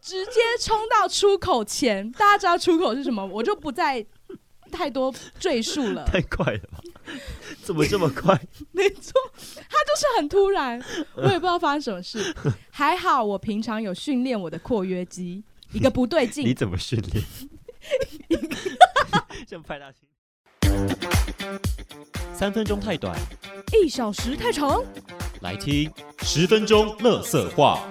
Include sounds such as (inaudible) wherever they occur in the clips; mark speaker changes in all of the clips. Speaker 1: 直接冲到出口前，大家知道出口是什么，我就不再太多赘述了。
Speaker 2: (laughs) 太快了吧？怎么这么
Speaker 1: (laughs)
Speaker 2: 快？
Speaker 1: 没错，他就是很突然，我也不知道发生什么事。还好我平常有训练我的括约肌，一个不对
Speaker 2: 你
Speaker 1: 劲，
Speaker 2: 怎么训
Speaker 1: (laughs)
Speaker 2: 练？像派大星。
Speaker 3: 三分钟太短，
Speaker 1: 一小时太长。
Speaker 3: 来听十分钟乐色话。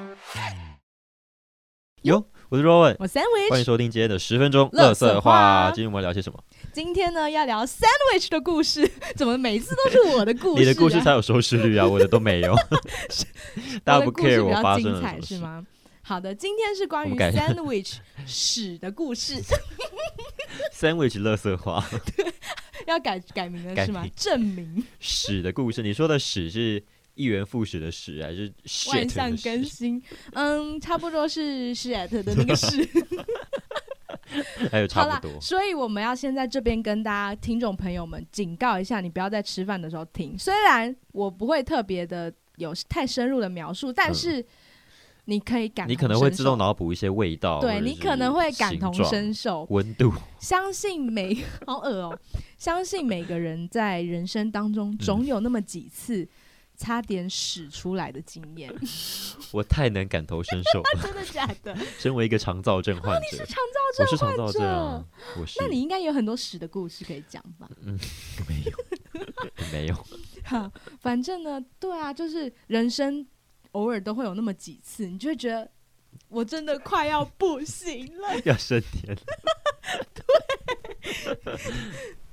Speaker 2: 哟，我是 Rowan，
Speaker 1: 我
Speaker 2: 欢
Speaker 1: sandwich
Speaker 2: 迎收听今天的十分钟
Speaker 1: 垃圾
Speaker 2: 乐色
Speaker 1: 话
Speaker 2: 话。今天我们要聊些什么？
Speaker 1: 今天呢要聊 sandwich 的故事，怎么每次都是 (laughs) 我的故事、啊？
Speaker 2: 你的故事才有收视率啊，我的都没有。大
Speaker 1: 我
Speaker 2: 家
Speaker 1: 的
Speaker 2: 不
Speaker 1: 故事
Speaker 2: care
Speaker 1: 比
Speaker 2: 我
Speaker 1: 较
Speaker 2: 发生
Speaker 1: 精
Speaker 2: 了什
Speaker 1: 彩
Speaker 2: 么
Speaker 1: 是
Speaker 2: 事？
Speaker 1: 吗？好的，今天是关
Speaker 2: 我
Speaker 1: 于
Speaker 2: 们 (laughs) 改
Speaker 1: sandwich 屎的故事， (laughs)
Speaker 2: sandwich 乐色化
Speaker 1: 要改改名了
Speaker 2: 改
Speaker 1: 是吗
Speaker 2: 名？
Speaker 1: 证明
Speaker 2: 屎的故事，你说的屎是一元复始的屎，还是 shit
Speaker 1: 万
Speaker 2: 的
Speaker 1: 象
Speaker 2: 屎
Speaker 1: 更新，嗯，差不多是 shit 的那个是。
Speaker 2: 还有
Speaker 1: 好
Speaker 2: (laughs) 差
Speaker 1: 啦
Speaker 2: 不，多。
Speaker 1: 所以我们要先在这边跟大家听众朋友们警告一下，你不要在吃饭的时候听。虽然我不会特别的有太深入的描述，但
Speaker 2: 嗯
Speaker 1: 是你可以感同身受，
Speaker 2: 你可能会自动脑补一些味道，或
Speaker 1: 对
Speaker 2: 者
Speaker 1: 你
Speaker 2: 是
Speaker 1: 可能会感
Speaker 2: 形
Speaker 1: 同
Speaker 2: 状
Speaker 1: 身受。
Speaker 2: 温度。
Speaker 1: 相信每好恶哦、相信每个人在人生当
Speaker 2: 嗯
Speaker 1: 中总有那么几次差点使出来的经验， (laughs)
Speaker 2: 我太能感同身受了。
Speaker 1: 真的假的？
Speaker 2: 身为一个肠燥症
Speaker 1: 哦
Speaker 2: 患者，
Speaker 1: 常常
Speaker 2: 我是肠燥症啊，我是。
Speaker 1: 那你应该有很多屎的故事可以讲吧？
Speaker 2: 没有？没有。
Speaker 1: 哈，反正呢，对啊，就是人生偶尔都会有那么几次，你就会觉得我真的快要不行了，
Speaker 2: 要升天了，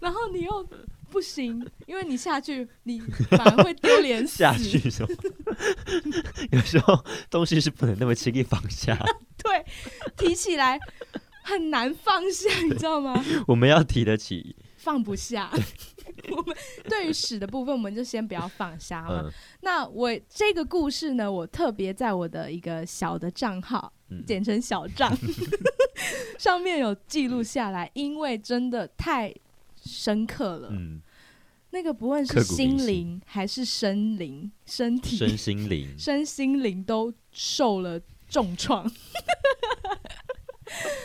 Speaker 1: 然后你又不行，因为你下去你反而会丢脸死。 (laughs)
Speaker 2: 下去什么？ (laughs) 有时候东西是不能那么轻易放下，
Speaker 1: 对，提起来很难放下，你知道吗？
Speaker 2: 我们要提得起。
Speaker 1: 放不下。我们对于屎的部分，我们就先不要放下嘛。
Speaker 2: 嗯，
Speaker 1: 那我这个故事呢，我特别在我的一个小的账号，
Speaker 2: 嗯
Speaker 1: 简称小
Speaker 2: (laughs)
Speaker 1: 账，上面有记录下来，因为真的太深刻了。
Speaker 2: 嗯，
Speaker 1: 那个不论
Speaker 2: 刻
Speaker 1: 是
Speaker 2: 骨铭
Speaker 1: 心
Speaker 2: 心
Speaker 1: 灵还是身灵、身体、
Speaker 2: 身心灵，
Speaker 1: 身心灵都受了重创。 (laughs)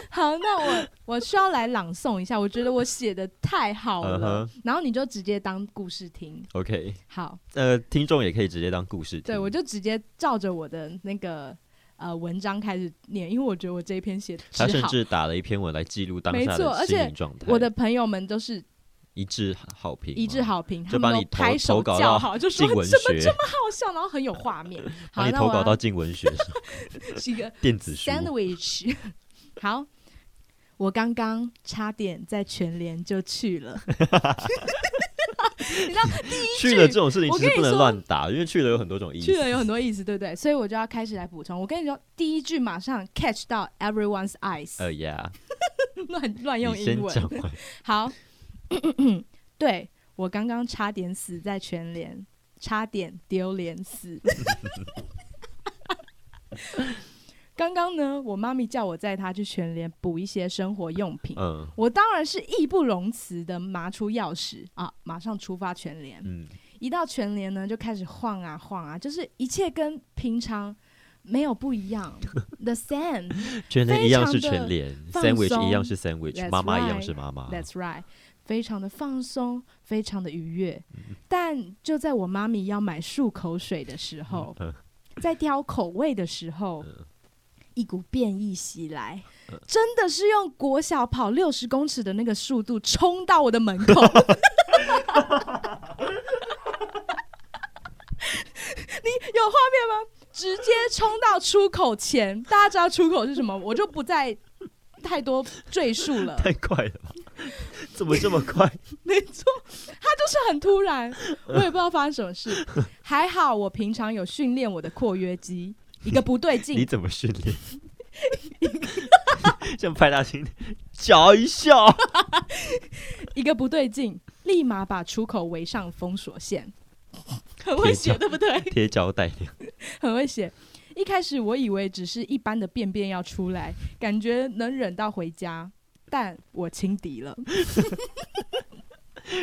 Speaker 1: 好，那我我需要来朗诵一下，我觉得我写的太好了
Speaker 2: 嗯
Speaker 1: 然后你就直接当故事听。
Speaker 2: OK，
Speaker 1: 好，
Speaker 2: 呃，听众也可以直接当故事听。
Speaker 1: 对我就直接照着我的那个呃文章开始念，因为我觉得我这一篇写的
Speaker 2: 他
Speaker 1: 之
Speaker 2: 甚
Speaker 1: 好。
Speaker 2: 至打了一篇文来记录当
Speaker 1: 没
Speaker 2: 下
Speaker 1: 错而
Speaker 2: 的心
Speaker 1: 且
Speaker 2: 灵状态，
Speaker 1: 我的朋友们都是
Speaker 2: 一致好评吗，
Speaker 1: 一致好评，他
Speaker 2: 就把
Speaker 1: 们
Speaker 2: 你
Speaker 1: 都
Speaker 2: 投
Speaker 1: 拍手
Speaker 2: 投稿
Speaker 1: 叫
Speaker 2: 到
Speaker 1: 好，就说
Speaker 2: 进
Speaker 1: 怎么
Speaker 2: 文
Speaker 1: 这么
Speaker 2: 学，
Speaker 1: 好笑，然后很有画面。好，
Speaker 2: (laughs) 把你
Speaker 1: 那
Speaker 2: 投
Speaker 1: 我
Speaker 2: 稿
Speaker 1: 要
Speaker 2: 到进文学
Speaker 1: 是一个
Speaker 2: 电子书，
Speaker 1: sandwich。好， (laughs) 我刚刚差点在全联就去了。你知道
Speaker 2: 去了这种事情
Speaker 1: 我
Speaker 2: 其
Speaker 1: 跟你
Speaker 2: 实不能
Speaker 1: 说
Speaker 2: 乱打，因为去了有很多种意思。
Speaker 1: 去了有很多意思，对不对？所以我就要开始来补充。我跟你说，第一句马上 catch 到 everyone's eyes，、
Speaker 2: 呃呀，
Speaker 1: (laughs) 乱乱用
Speaker 2: 你先
Speaker 1: 英文。
Speaker 2: 讲完。
Speaker 1: 好， (clears throat) 对我刚刚差点死在全联，差点丢脸死。 (laughs) 刚刚呢，我妈咪叫我载她去全联补一些生活用品。
Speaker 2: 嗯
Speaker 1: 我当然是义不容辞的拿出钥匙啊，马上出发全联。 (laughs)
Speaker 2: 嗯，
Speaker 1: 一到全联呢，就开始晃啊晃啊，就是一切跟平常没有不一
Speaker 2: (laughs)
Speaker 1: 样。The sand，that's
Speaker 2: 全联一样是
Speaker 1: 非常地
Speaker 2: 全联
Speaker 1: 放
Speaker 2: ，sandwich
Speaker 1: 松
Speaker 2: 一样是 sandwich，
Speaker 1: That's
Speaker 2: 妈妈一样是妈妈。
Speaker 1: right，非常的放松，非常的愉悦。
Speaker 2: 嗯
Speaker 1: 但就在我妈咪要买漱口水的时候，
Speaker 2: 嗯
Speaker 1: 在挑口味的时候
Speaker 2: 嗯，
Speaker 1: 一股变异袭来
Speaker 2: 嗯，
Speaker 1: 真的是用国小跑六十公尺的那个速度冲到我的门口。 (laughs) 你有画面吗？直接冲到出口前，大家知道出口是什么，我就不再太多赘述了。
Speaker 2: 太快了吧？怎么这么
Speaker 1: (laughs)
Speaker 2: 快？
Speaker 1: 没错，他就是很突然，我也不知道发生什么事。 (laughs) 还好我平常有训练我的括约肌，一个不对
Speaker 2: 你
Speaker 1: 劲，
Speaker 2: 怎么训练？ (laughs) 像派大星，嚼一笑。
Speaker 1: 一个不对劲，立马把出口围上封锁线。很会写，
Speaker 2: 贴
Speaker 1: 对 (laughs) 不对？
Speaker 2: 贴胶带，
Speaker 1: 很会写。一开始我以为只是一般的便便要出来，感觉能忍到回家，但我轻敌了。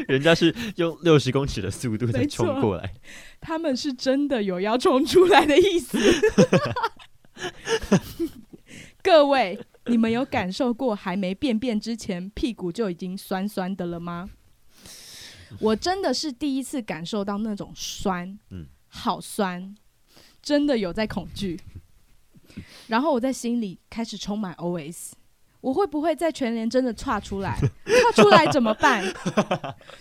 Speaker 2: 人家是用六十公尺的速度在
Speaker 1: 没错
Speaker 2: 冲过来，
Speaker 1: 他们是真的有要冲出来的意思。各 (laughs) 各位，你们有感受过还没便便之前屁股就已经酸酸的了吗？我真的是第一次感受到那种酸，
Speaker 2: 嗯
Speaker 1: 好酸，真的有在恐惧。然后我在心里开始充满 OS：我会不会在全联真的岔出来？岔出来怎么办？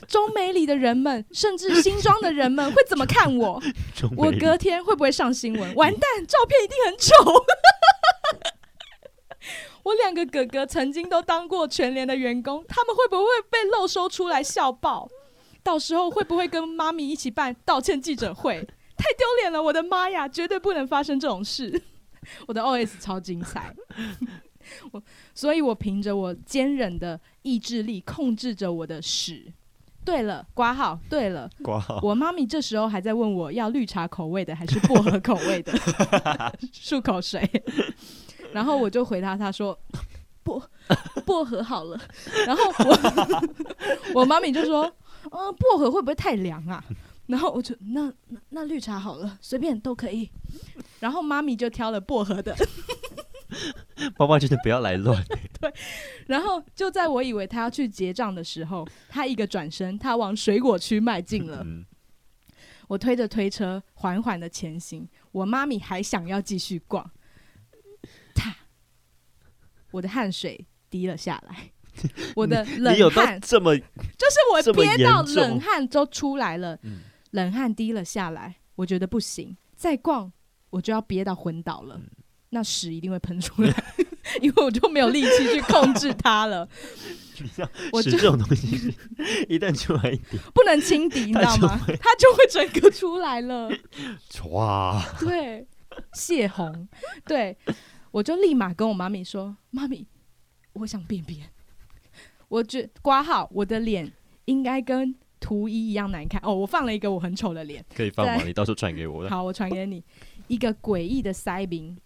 Speaker 1: 中美里的人们，甚至新庄的人们会怎么看我？
Speaker 2: 中
Speaker 1: 我
Speaker 2: 美
Speaker 1: 隔天会不会上新闻？完蛋，照片一定很丑。 (laughs) 我两个哥哥曾经都当过全联的员工，他们会不会被漏收出来笑爆？到时候会不会跟妈咪一起办道歉记者会？太丢脸了！我的妈呀，绝对不能发生这种事。 (laughs) 我的 OS 超精彩， (laughs) 我所以，我凭着我坚韧的意志力控制着我的屎。对了，挂号。对了，
Speaker 2: 挂号，
Speaker 1: 我妈咪这时候还在问我要绿茶口味的还是薄荷口味的漱口水，然后我就回答她说薄薄荷好了，然后我我 (laughs) 妈咪就说嗯、呃薄荷会不会太凉啊？然后我就那那那绿茶好了，随便都可以。然后妈咪就挑了薄荷的， (laughs)
Speaker 2: 爸爸真的不要来乱，
Speaker 1: 然后就在我以为她要去结账的时候，她一个转身，她往水果区迈进了。
Speaker 2: 嗯，
Speaker 1: 我推着推车缓缓的前行，我妈咪还想要继续逛，踏，我的汗水滴了下来，我的冷
Speaker 2: (laughs) 你有到
Speaker 1: 汗
Speaker 2: 这么
Speaker 1: 就是我
Speaker 2: 这么
Speaker 1: 憋到
Speaker 2: 严重
Speaker 1: 冷汗都出来了，
Speaker 2: 嗯
Speaker 1: 冷汗滴了下来，我觉得不行，再逛我就要憋到昏倒
Speaker 2: 嗯
Speaker 1: 了，那屎一定会喷出来， (laughs) 因为我就没有力气去控制它了，
Speaker 2: (laughs) 你知道
Speaker 1: 我
Speaker 2: 屎
Speaker 1: 就
Speaker 2: 这种东西 (laughs) 是，一旦出来一点，
Speaker 1: 不能轻敌，你知道
Speaker 2: 它就
Speaker 1: 吗？它就会整个出来了。
Speaker 2: 哇，
Speaker 1: (laughs) 对，泄洪，对，我就立马跟我妈咪说：“妈咪，我想便便。”我觉挂号，我的脸应该跟图一一样难看哦。我放了一个我很丑的
Speaker 2: (laughs)
Speaker 1: 脸，
Speaker 2: 可以放吗？
Speaker 1: 对
Speaker 2: 你到时候传给我。
Speaker 1: 好，我传给你一个诡异的塞宾，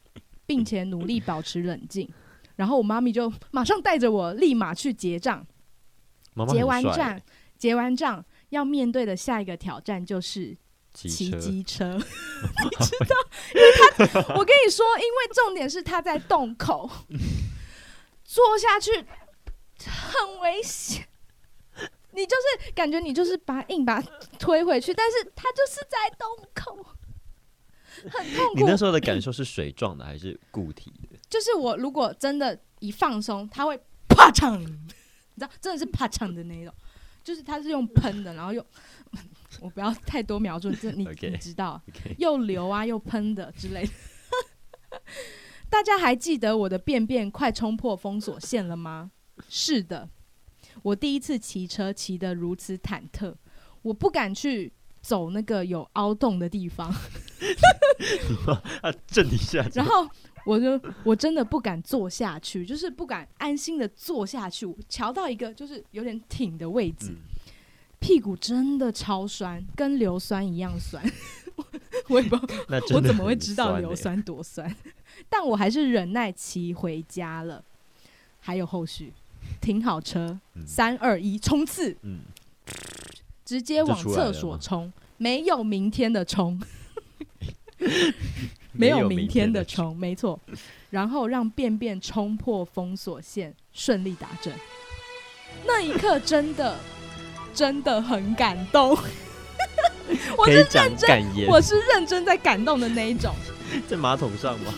Speaker 1: 并且努力保持冷静。然后我妈咪就马上带着我立马去结账，
Speaker 2: 妈妈
Speaker 1: 结
Speaker 2: 很
Speaker 1: 完
Speaker 2: 帅
Speaker 1: 账，结完账要面对的下一个挑战就是骑
Speaker 2: 骑车，
Speaker 1: 机车，你知道？因为他，我 (laughs) 跟你说，因为重点是他在洞口坐下去，很危险。你就是感觉你就是把硬把它推回去，但是他就是在洞口，很痛
Speaker 2: 你那
Speaker 1: 苦。
Speaker 2: 时候的感受是水状的还是固体的？
Speaker 1: 就是我如果真的一放松，他会啪嚓，你知道，真的是啪嚓的那一种，就是他是用喷的，然后又 (laughs) 我不要太多描述，这你
Speaker 2: (laughs) OK
Speaker 1: 你知道。
Speaker 2: OK，
Speaker 1: 又流啊又喷的之类的。 (laughs) 大家还记得我的便便快冲破封锁线了吗？是的，我第一次骑车骑得如此忐忑，我不敢去走那个有凹洞的地方，
Speaker 2: 啊，震一下，
Speaker 1: (laughs) 然后我就我真的不敢坐下去，就是不敢安心的坐下去，我瞧到一个就是有点挺的位置，
Speaker 2: 嗯，
Speaker 1: 屁股真的超酸，跟硫酸一样酸， (laughs) 我我也不知道
Speaker 2: 那
Speaker 1: 我
Speaker 2: 真的
Speaker 1: 怎么会
Speaker 2: 很
Speaker 1: 知道
Speaker 2: 酸
Speaker 1: 硫
Speaker 2: 欸？
Speaker 1: 酸多酸？但我还是忍耐骑回家了。还有后续，停好车，
Speaker 2: 嗯
Speaker 1: 三二一，冲刺，
Speaker 2: 嗯，
Speaker 1: 直接往厕所
Speaker 2: 就
Speaker 1: 冲，没有明天的冲，没有明天的冲，没 (laughs) 错。然后让便便冲破封锁线，顺利达阵。那一刻真的真的很感动， (laughs) 我
Speaker 2: 可
Speaker 1: 是
Speaker 2: 以讲感言，
Speaker 1: 我是认真在感动的那一种。
Speaker 2: 在马桶上吗？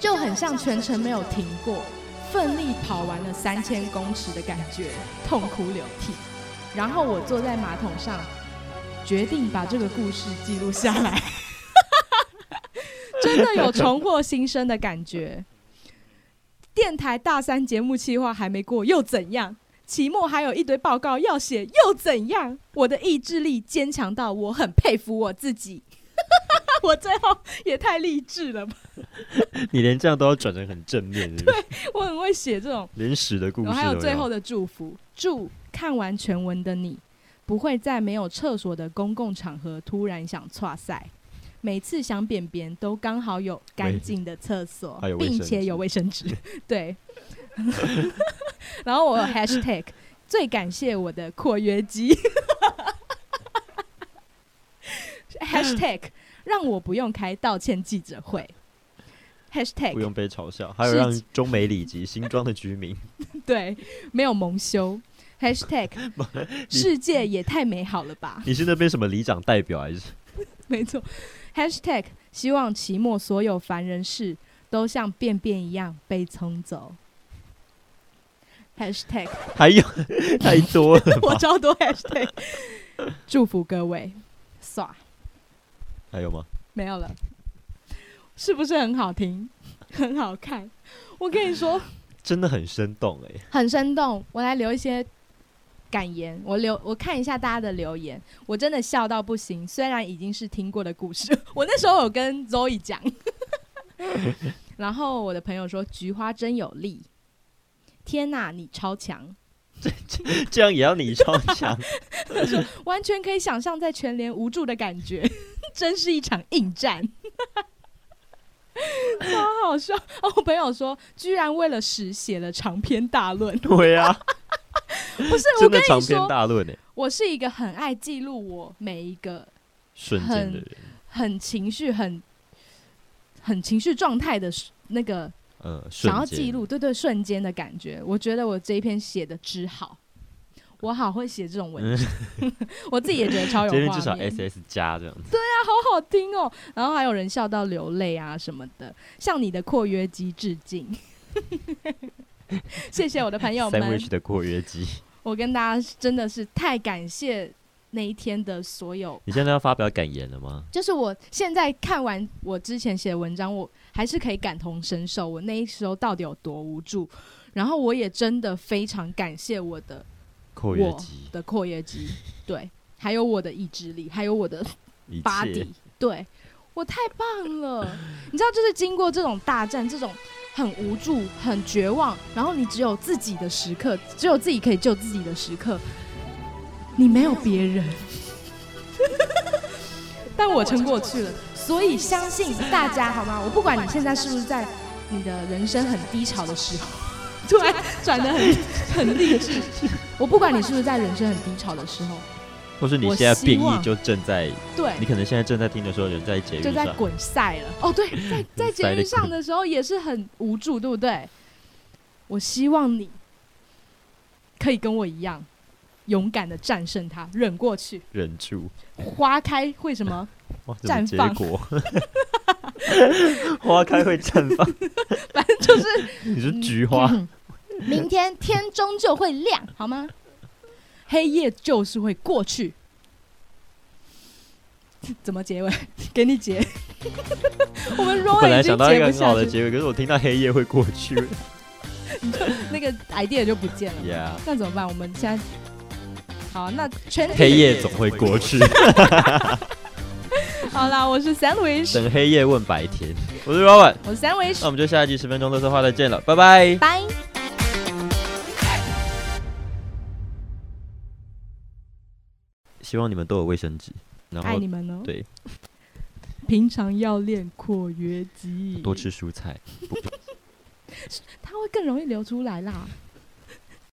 Speaker 1: 就很像全程没有停过，奋力跑完了三千公尺的感觉，痛哭流涕。然后我坐在马桶上，决定把这个故事记录下来，真的有重获新生的感觉。电台大三节目计划还没过又怎样？期末还有一堆报告要写又怎样？我的意志力坚强到我很佩服我自己。 (laughs) 我最后也太励志了吧！
Speaker 2: 你连这样都要转成很正面，是不是
Speaker 1: (laughs) 我很会写这种，
Speaker 2: 连屎的故事
Speaker 1: 然
Speaker 2: 都
Speaker 1: 后还有最后的祝福，祝看完全文的你不会在没有厕所的公共场合突然想岔赛，每次想便便都刚好有干净的厕所
Speaker 2: 还有，卫生
Speaker 1: 并
Speaker 2: 纸
Speaker 1: 且有卫生纸， (laughs) 对。然后我有 hashtag 最感谢我的括约肌 (laughs) ，hashtag 让我不用开道歉记者会。 hashtag
Speaker 2: 不用被嘲笑，还有让中美里及新庄的居民
Speaker 1: (laughs) 对，没有蒙羞。#hashtag 世界也太美好了吧？
Speaker 2: 你是那边什么里长代表还是？
Speaker 1: 没错，#hashtag 希望期末所有烦人事都像便便一样被冲走。#hashtag
Speaker 2: 还有 (laughs) 太多了
Speaker 1: 我
Speaker 2: 吧？
Speaker 1: 超多 #hashtag (laughs) 祝福各位，唰，
Speaker 2: 还有吗？
Speaker 1: 没有了，是不是很好听， (laughs) 很好看？我跟你说，
Speaker 2: 真的很生动哎、
Speaker 1: 很生动。我来留一些感言，我留我看一下大家的留言，我真的笑到不行。虽然已经是听过的故事， (laughs) 我那时候有跟 Zoe 讲， (laughs) 然后我的朋友说菊花真有力，天呐，你超强，
Speaker 2: (laughs) 这样也要你超强？
Speaker 1: 完全可以想象在全联无助的感觉， (laughs) 真是一场硬战。 (laughs) 超好笑哦！我朋友说，居然为了屎写了长篇大论，
Speaker 2: 对啊，
Speaker 1: (laughs) 不是我
Speaker 2: (laughs) 真
Speaker 1: 跟
Speaker 2: 的
Speaker 1: 你
Speaker 2: 长
Speaker 1: 说
Speaker 2: 篇，大论哎、
Speaker 1: 我是一个很爱记录我每一个
Speaker 2: 瞬间的人，
Speaker 1: 很情绪、很很情绪状态的时那个
Speaker 2: 嗯，瞬
Speaker 1: 想要
Speaker 2: 间
Speaker 1: 记录，对对，瞬间的感觉。我觉得我这一篇写的之好，我好会写这种文
Speaker 2: (laughs)
Speaker 1: 字，我自己也觉得超有
Speaker 2: 这边
Speaker 1: 画
Speaker 2: 至少
Speaker 1: 面
Speaker 2: S S 加这样子，
Speaker 1: 好好听哦。然后还有人笑到流泪啊什么的，向你的括约肌致敬。 (laughs) 谢谢我的朋友
Speaker 2: s a
Speaker 1: 们
Speaker 2: n d w i c h 的括约肌，
Speaker 1: 我跟大家真的是太感谢那一天的所有
Speaker 2: 你现在要发表感言了吗？
Speaker 1: 就是我现在看完我之前写的文章，我还是可以感同身受，我那时候到底有多无助。然后我也真的非常感谢我的
Speaker 2: 括约
Speaker 1: 我
Speaker 2: 肌，
Speaker 1: 的括约肌，对，还有我的意志力，还有我的
Speaker 2: 一
Speaker 1: 巴
Speaker 2: 切
Speaker 1: 蒂，对我太棒了。 (laughs) 你知道，就是经过这种大战，这种很无助、很绝望，然后你只有自己的时刻，只有自己可以救自己的时刻，你没有别人。 (laughs) 但我撑过去了，所以相信大家好吗？我不管你现在是不是在你的人生很低潮的时候， (laughs) 突然转的很很励志。我不管你是不是在人生很低潮的时候，
Speaker 2: 或是你
Speaker 1: 我
Speaker 2: 现在
Speaker 1: 希
Speaker 2: 变异
Speaker 1: 望
Speaker 2: 就正在，
Speaker 1: 对，
Speaker 2: 你可能现在正在听的时候，人在节育
Speaker 1: 就在
Speaker 2: 上，
Speaker 1: 滚赛了。哦，对，
Speaker 2: (laughs)
Speaker 1: 在在节
Speaker 2: 塞得
Speaker 1: 目上的时候也是很无助，对不对？我希望你可以跟我一样，勇敢的战胜它，忍过去，
Speaker 2: (laughs) 忍住，
Speaker 1: 花开会什么？ (laughs)
Speaker 2: 哇，怎么
Speaker 1: 绽
Speaker 2: 结
Speaker 1: 放
Speaker 2: 果？ (laughs) 花开会绽放，
Speaker 1: 反正就是嗯
Speaker 2: 你是菊花，
Speaker 1: 明天天终究会亮，好吗？黑夜就是会过去。怎么结尾？给你结。 (laughs) (laughs) 我们 r o l
Speaker 2: 我本
Speaker 1: l
Speaker 2: 来
Speaker 1: 已经结不下
Speaker 2: 想到一个很好的
Speaker 1: 去，
Speaker 2: 结尾，可是我听到黑夜会过去 (laughs)
Speaker 1: (laughs) 那个 idea 就不见了。
Speaker 2: ，Yeah，
Speaker 1: 那怎么办？我们现在好，那全体
Speaker 2: 黑夜总会过去，
Speaker 1: 好啦，我是 Sandwich，
Speaker 2: (laughs) 等黑嗯夜问白天。我是 Robert，
Speaker 1: 我是
Speaker 2: 那
Speaker 1: Sandwich，
Speaker 2: 我们就下一集十分钟乐色话再见了，拜拜。
Speaker 1: 拜。
Speaker 2: 希望你们都有卫生纸，然
Speaker 1: 爱
Speaker 2: 后
Speaker 1: 你们哦。
Speaker 2: 对，
Speaker 1: 平常要练括约肌，
Speaker 2: 多吃蔬菜。
Speaker 1: 它会更容易流出来啦。